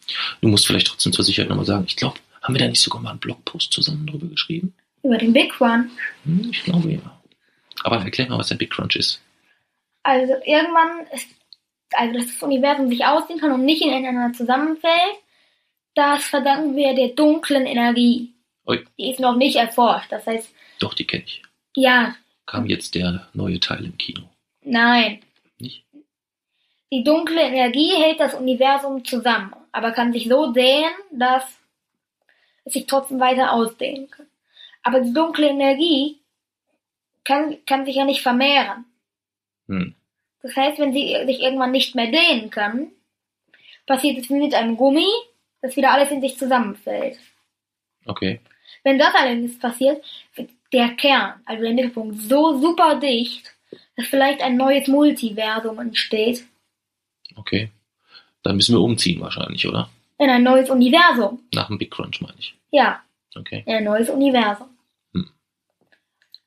B: Du musst vielleicht trotzdem zur Sicherheit nochmal sagen, ich glaube, Haben wir da nicht sogar mal einen Blogpost zusammen drüber geschrieben?
A: Über den Big Run.
B: Hm, ich glaube ja. Aber erklär mal, was der Big Crunch ist.
A: Also irgendwann, ist, also dass das Universum sich ausdehnen kann und nicht ineinander zusammenfällt, das verdanken wir der dunklen Energie.
B: Ui.
A: Die ist noch nicht erforscht. Das heißt,
B: Doch, die kenne ich.
A: ja,
B: Kam jetzt der neue Teil im Kino.
A: nein.
B: Nicht?
A: Die dunkle Energie hält das Universum zusammen, aber kann sich so dehnen, dass es sich trotzdem weiter ausdehnen kann. Aber die dunkle Energie kann, kann sich ja nicht vermehren.
B: Hm.
A: Das heißt, wenn sie sich irgendwann nicht mehr dehnen kann, passiert es wie mit einem Gummi, dass wieder alles in sich zusammenfällt.
B: Okay.
A: Wenn das allerdings passiert, wird der Kern, also der Mittelpunkt, so super dicht, dass vielleicht ein neues Multiversum entsteht.
B: Okay. Dann müssen wir umziehen wahrscheinlich, oder?
A: In ein neues Universum.
B: Nach dem Big Crunch meine ich.
A: Ja,
B: Okay.
A: in ein neues Universum.
B: Hm.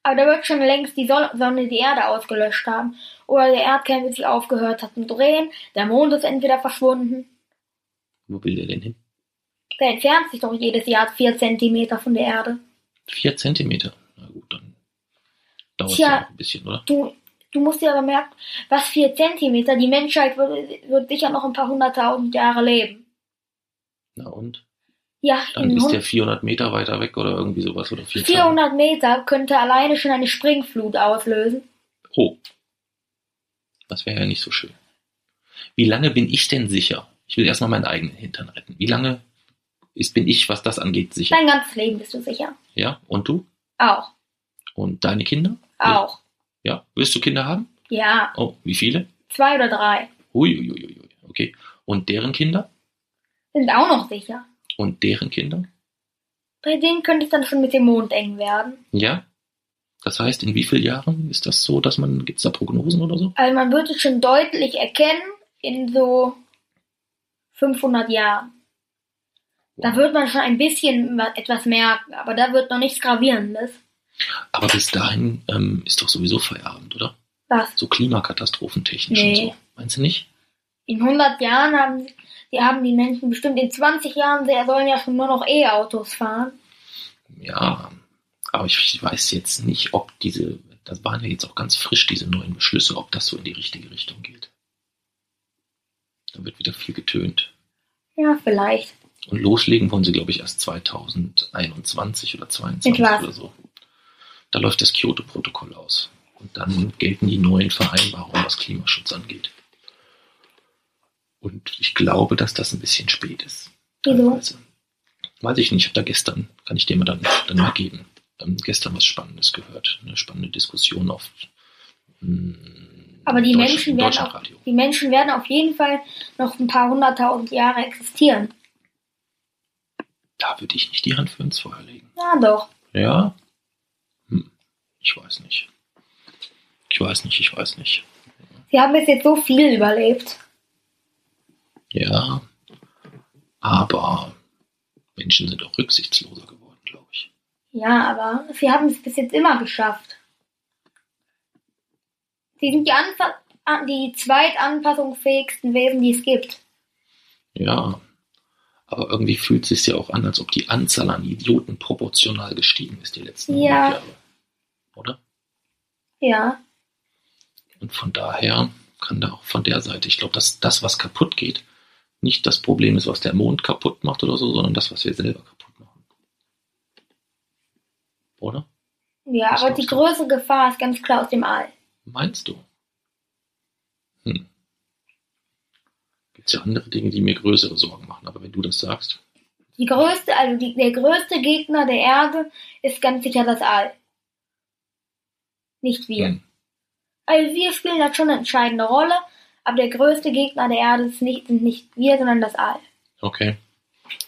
A: Aber da wird schon längst die Sol- Sonne die Erde ausgelöscht haben. Oder der Erdkern wird sich aufgehört hat zu drehen. Der Mond ist entweder verschwunden.
B: Wo will der denn hin?
A: Der entfernt sich doch jedes Jahr 4 Zentimeter von der Erde.
B: Vier Zentimeter. Na gut, dann dauert es
A: Tja.
B: ja noch ein bisschen, oder?
A: Du, du musst dir aber merken, was 4 Zentimeter, die Menschheit wird, wird sicher noch ein paar hunderttausend Jahre leben.
B: Na und?
A: Ja,
B: Dann
A: in
B: ist
A: hund-
B: der 400 Meter weiter weg oder irgendwie sowas. Oder 400.
A: 400 Meter könnte alleine schon eine Springflut auslösen.
B: Oh. Das wäre ja nicht so schön. Wie lange bin ich denn sicher? Ich will erstmal meinen eigenen Hintern retten. Wie lange ist, bin ich, was das angeht, sicher?
A: Dein ganzes Leben bist du sicher.
B: Ja? Und du?
A: Auch.
B: Und deine Kinder?
A: Auch.
B: Ja? Willst du Kinder haben?
A: Ja.
B: Oh, wie viele?
A: Zwei oder drei
B: Uiuiuiui. Okay. Und deren Kinder?
A: sind auch noch sicher.
B: Und deren Kinder?
A: Bei denen könnte es dann schon mit dem Mond eng werden.
B: Ja? Das heißt, in wie vielen Jahren ist das so, dass man, gibt es da Prognosen oder so?
A: Also man würde es schon deutlich erkennen in so 500 Jahren. Da wird man schon ein bisschen wa- etwas merken, aber da wird noch nichts Gravierendes.
B: Aber bis dahin ähm, ist doch sowieso Feierabend, oder?
A: Was?
B: So klimakatastrophentechnisch
A: Nee.
B: und so. Meinst du nicht?
A: In 100 Jahren haben die, haben die Menschen bestimmt, in 20 Jahren sie sollen ja schon nur noch E-Autos fahren.
B: Ja, aber ich weiß jetzt nicht, ob diese, das waren ja jetzt auch ganz frisch, diese neuen Beschlüsse, ob das so in die richtige Richtung geht. Da wird wieder viel getönt.
A: Ja, vielleicht.
B: Und loslegen wollen sie, glaube ich, erst 2021 oder 2022
A: Mit was?
B: oder so. Da läuft das Kyoto-Protokoll aus. Und dann gelten die neuen Vereinbarungen, was Klimaschutz angeht. Und ich glaube, dass das ein bisschen spät ist.
A: Wieso?
B: Teilweise. Weiß ich nicht, ich habe da gestern, kann ich dir mal dann, dann mal geben, ähm, gestern was Spannendes gehört. Eine spannende Diskussion auf. mm,
A: Aber die
B: Deutsch-
A: Menschen,
B: im
A: werden
B: deutschen
A: auf,
B: Radio.
A: die Menschen werden auf jeden Fall noch ein paar hunderttausend Jahre existieren.
B: Da würde ich nicht die Hand für ins Feuer legen.
A: Ja, doch.
B: Ja? Hm. Ich weiß nicht. Ich weiß nicht, ich weiß nicht.
A: Sie haben bis jetzt so viel überlebt.
B: Ja. Aber Menschen sind auch rücksichtsloser geworden, glaube ich.
A: Ja, aber sie haben es bis jetzt immer geschafft. Sie sind die, Anfa an- die zweitanpassungsfähigsten Wesen, die es gibt.
B: Ja. Aber irgendwie fühlt es sich ja auch an, als ob die Anzahl an Idioten proportional gestiegen ist die letzten
A: Ja.
B: 100 Jahre. Oder?
A: Ja.
B: Und von daher kann da auch von der Seite, ich glaube, dass das, was kaputt geht, nicht das Problem ist, was der Mond kaputt macht oder so, sondern das, was wir selber kaputt machen. Oder?
A: Ja,
B: Das
A: aber
B: glaub
A: die
B: ich
A: größere Gefahr ist ganz klar aus dem All.
B: Meinst du? Hm. Gibt es ja andere Dinge, die mir größere Sorgen machen, aber wenn du das sagst,
A: Die größte, also die, der größte Gegner der Erde ist ganz sicher das All. Nicht wir.
B: Hm.
A: Also wir spielen da schon eine entscheidende Rolle, aber der größte Gegner der Erde ist nicht, sind nicht wir, sondern das All.
B: okay.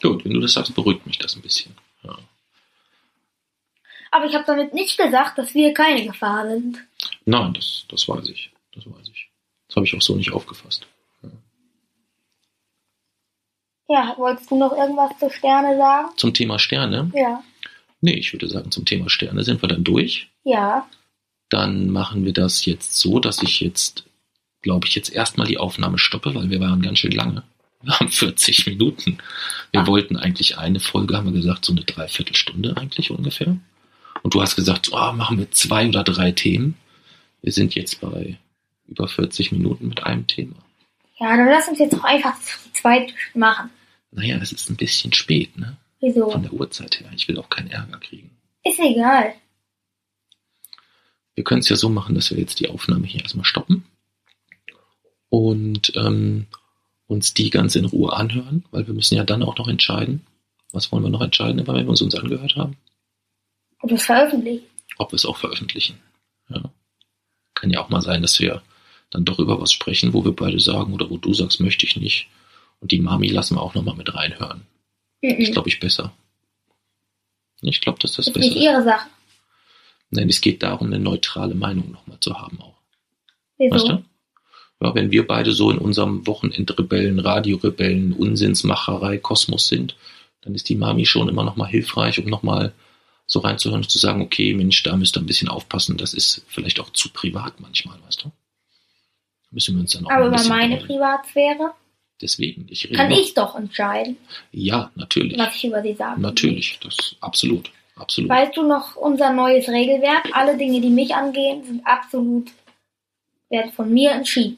B: Gut, wenn du das sagst, beruhigt mich das ein bisschen. Ja.
A: Aber ich habe damit nicht gesagt, dass wir keine Gefahr sind.
B: Nein, das, das weiß ich. Das weiß ich. Das habe ich auch so nicht aufgefasst.
A: Ja, wolltest du noch irgendwas zu Sterne sagen?
B: Zum Thema Sterne.
A: Ja.
B: Nee, ich würde sagen, zum Thema Sterne sind wir dann durch.
A: Ja.
B: Dann machen wir das jetzt so, dass ich jetzt, glaube ich, jetzt erstmal die Aufnahme stoppe, weil wir waren ganz schön lange Wir haben 40 Minuten. Wir
A: Ah.
B: wollten eigentlich eine Folge, haben wir gesagt, so eine Dreiviertelstunde eigentlich ungefähr. Und du hast gesagt, so, ah, machen wir zwei oder drei Themen. Wir sind jetzt bei über 40 Minuten mit einem Thema.
A: Ja, dann lass uns jetzt doch einfach zu zweit machen.
B: Naja, es ist ein bisschen spät, ne? Von
A: Wieso?
B: der Uhrzeit her. Ich will auch keinen Ärger kriegen.
A: Ist egal.
B: Wir können es ja so machen, dass wir jetzt die Aufnahme hier erstmal stoppen und ähm, uns die ganz in Ruhe anhören, weil wir müssen ja dann auch noch entscheiden, was wollen wir noch entscheiden, immer wenn wir uns uns angehört haben,
A: Und das veröffentlicht.
B: ob wir es auch veröffentlichen. Ja. Kann ja auch mal sein, dass wir dann doch über was sprechen, wo wir beide sagen oder wo du sagst, möchte ich nicht. Und die Mami lassen wir auch nochmal mit reinhören.
A: Mhm.
B: Ist, glaube ich, besser. Ich glaube, dass das
A: Ist
B: besser
A: nicht
B: ist.
A: ihre Sache.
B: Nein, es geht darum, eine neutrale Meinung nochmal zu haben auch.
A: Wieso?
B: Weißt du? Ja, wenn wir beide so in unserem Wochenendrebellen, Radiorebellen, Unsinnsmacherei, Kosmos sind, dann ist die Mami schon immer nochmal hilfreich, um nochmal so reinzuhören und zu sagen, okay, Mensch, da müsst ihr ein bisschen aufpassen, das ist vielleicht auch zu privat manchmal, weißt du? Müssen wir uns dann auch mal
A: Aber
B: ein
A: über
B: bisschen Genau.
A: meine
B: drüber-
A: Privatsphäre
B: Deswegen, ich rede
A: kann
B: nur-
A: ich doch entscheiden,
B: Ja, natürlich.
A: was ich über sie sage.
B: Natürlich, das absolut, absolut.
A: Weißt du noch unser neues Regelwerk? Alle Dinge, die mich angehen, sind absolut, werden von mir entschieden.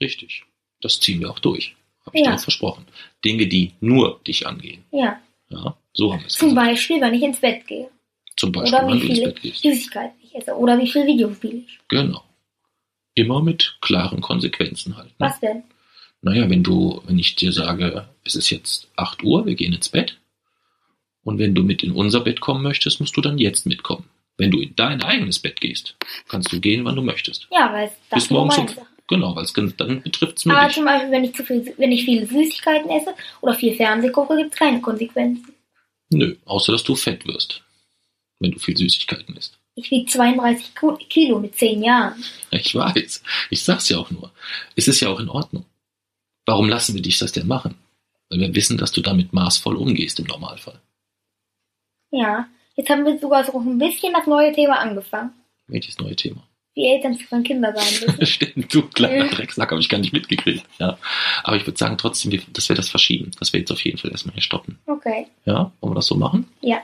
B: Richtig. Das ziehen wir auch durch. Habe ich
A: Ja.
B: dir auch versprochen. Dinge, die nur dich angehen.
A: Ja.
B: Ja, so haben wir es
A: Zum
B: gesagt.
A: Beispiel, wenn ich ins Bett gehe.
B: Zum Beispiel,
A: oder
B: wenn
A: wie
B: du ins
A: viele
B: Bett gehst.
A: Süßigkeiten ich esse. Oder wie viel Videospiele ich.
B: Genau. Immer mit klaren Konsequenzen halt. Ne?
A: Was denn?
B: Naja, wenn du, wenn ich dir sage, es ist jetzt 8 Uhr, wir gehen ins Bett. Und wenn du mit in unser Bett kommen möchtest, musst du dann jetzt mitkommen. Wenn du in dein eigenes Bett gehst, kannst du gehen, wann du möchtest.
A: Ja, weil es das Ah,
B: Bis
A: ist nur
B: morgens um,
A: meine Sache.
B: Genau, weil es gen- dann betrifft es nur
A: Aber
B: dich.
A: zum Beispiel, wenn ich zu viel, wenn ich viele Süßigkeiten esse oder viel Fernseh gucke, gibt es keine Konsequenzen.
B: Nö, außer dass du fett wirst, wenn du viel Süßigkeiten isst.
A: Ich wiege 32 Ku- Kilo mit 10 Jahren.
B: Ich weiß. Ich sag's ja auch nur. Es ist ja auch in Ordnung. Warum lassen wir dich das denn machen? Weil wir wissen, dass du damit maßvoll umgehst im Normalfall.
A: Ja. Jetzt haben wir sogar so ein bisschen das neue Thema angefangen.
B: Welches neue Thema?
A: Wie Eltern zu ihren Kindern sein müssen.
B: Stimmt, du kleiner
A: Mhm.
B: Drecksack, habe ich gar nicht mitgekriegt. Ja. Aber ich würde sagen trotzdem, wir- dass wir das verschieben. Dass wir jetzt auf jeden Fall erstmal hier stoppen.
A: Okay.
B: Ja? Wollen wir das so machen?
A: Ja.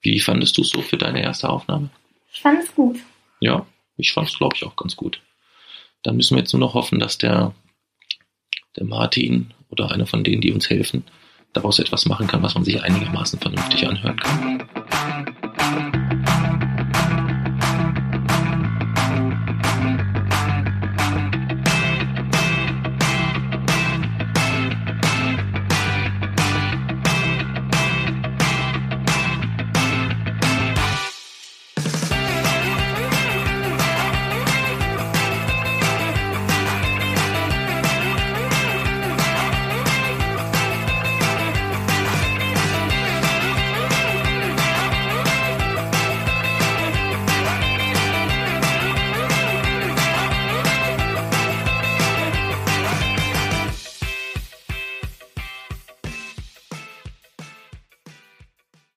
B: Wie fandest du es so für deine erste Aufnahme?
A: Ich fand es gut.
B: Ja, ich fand's, glaube ich, auch ganz gut. Dann müssen wir jetzt nur noch hoffen, dass der, der Martin oder einer von denen, die uns helfen, daraus etwas machen kann, was man sich einigermaßen vernünftig anhören kann.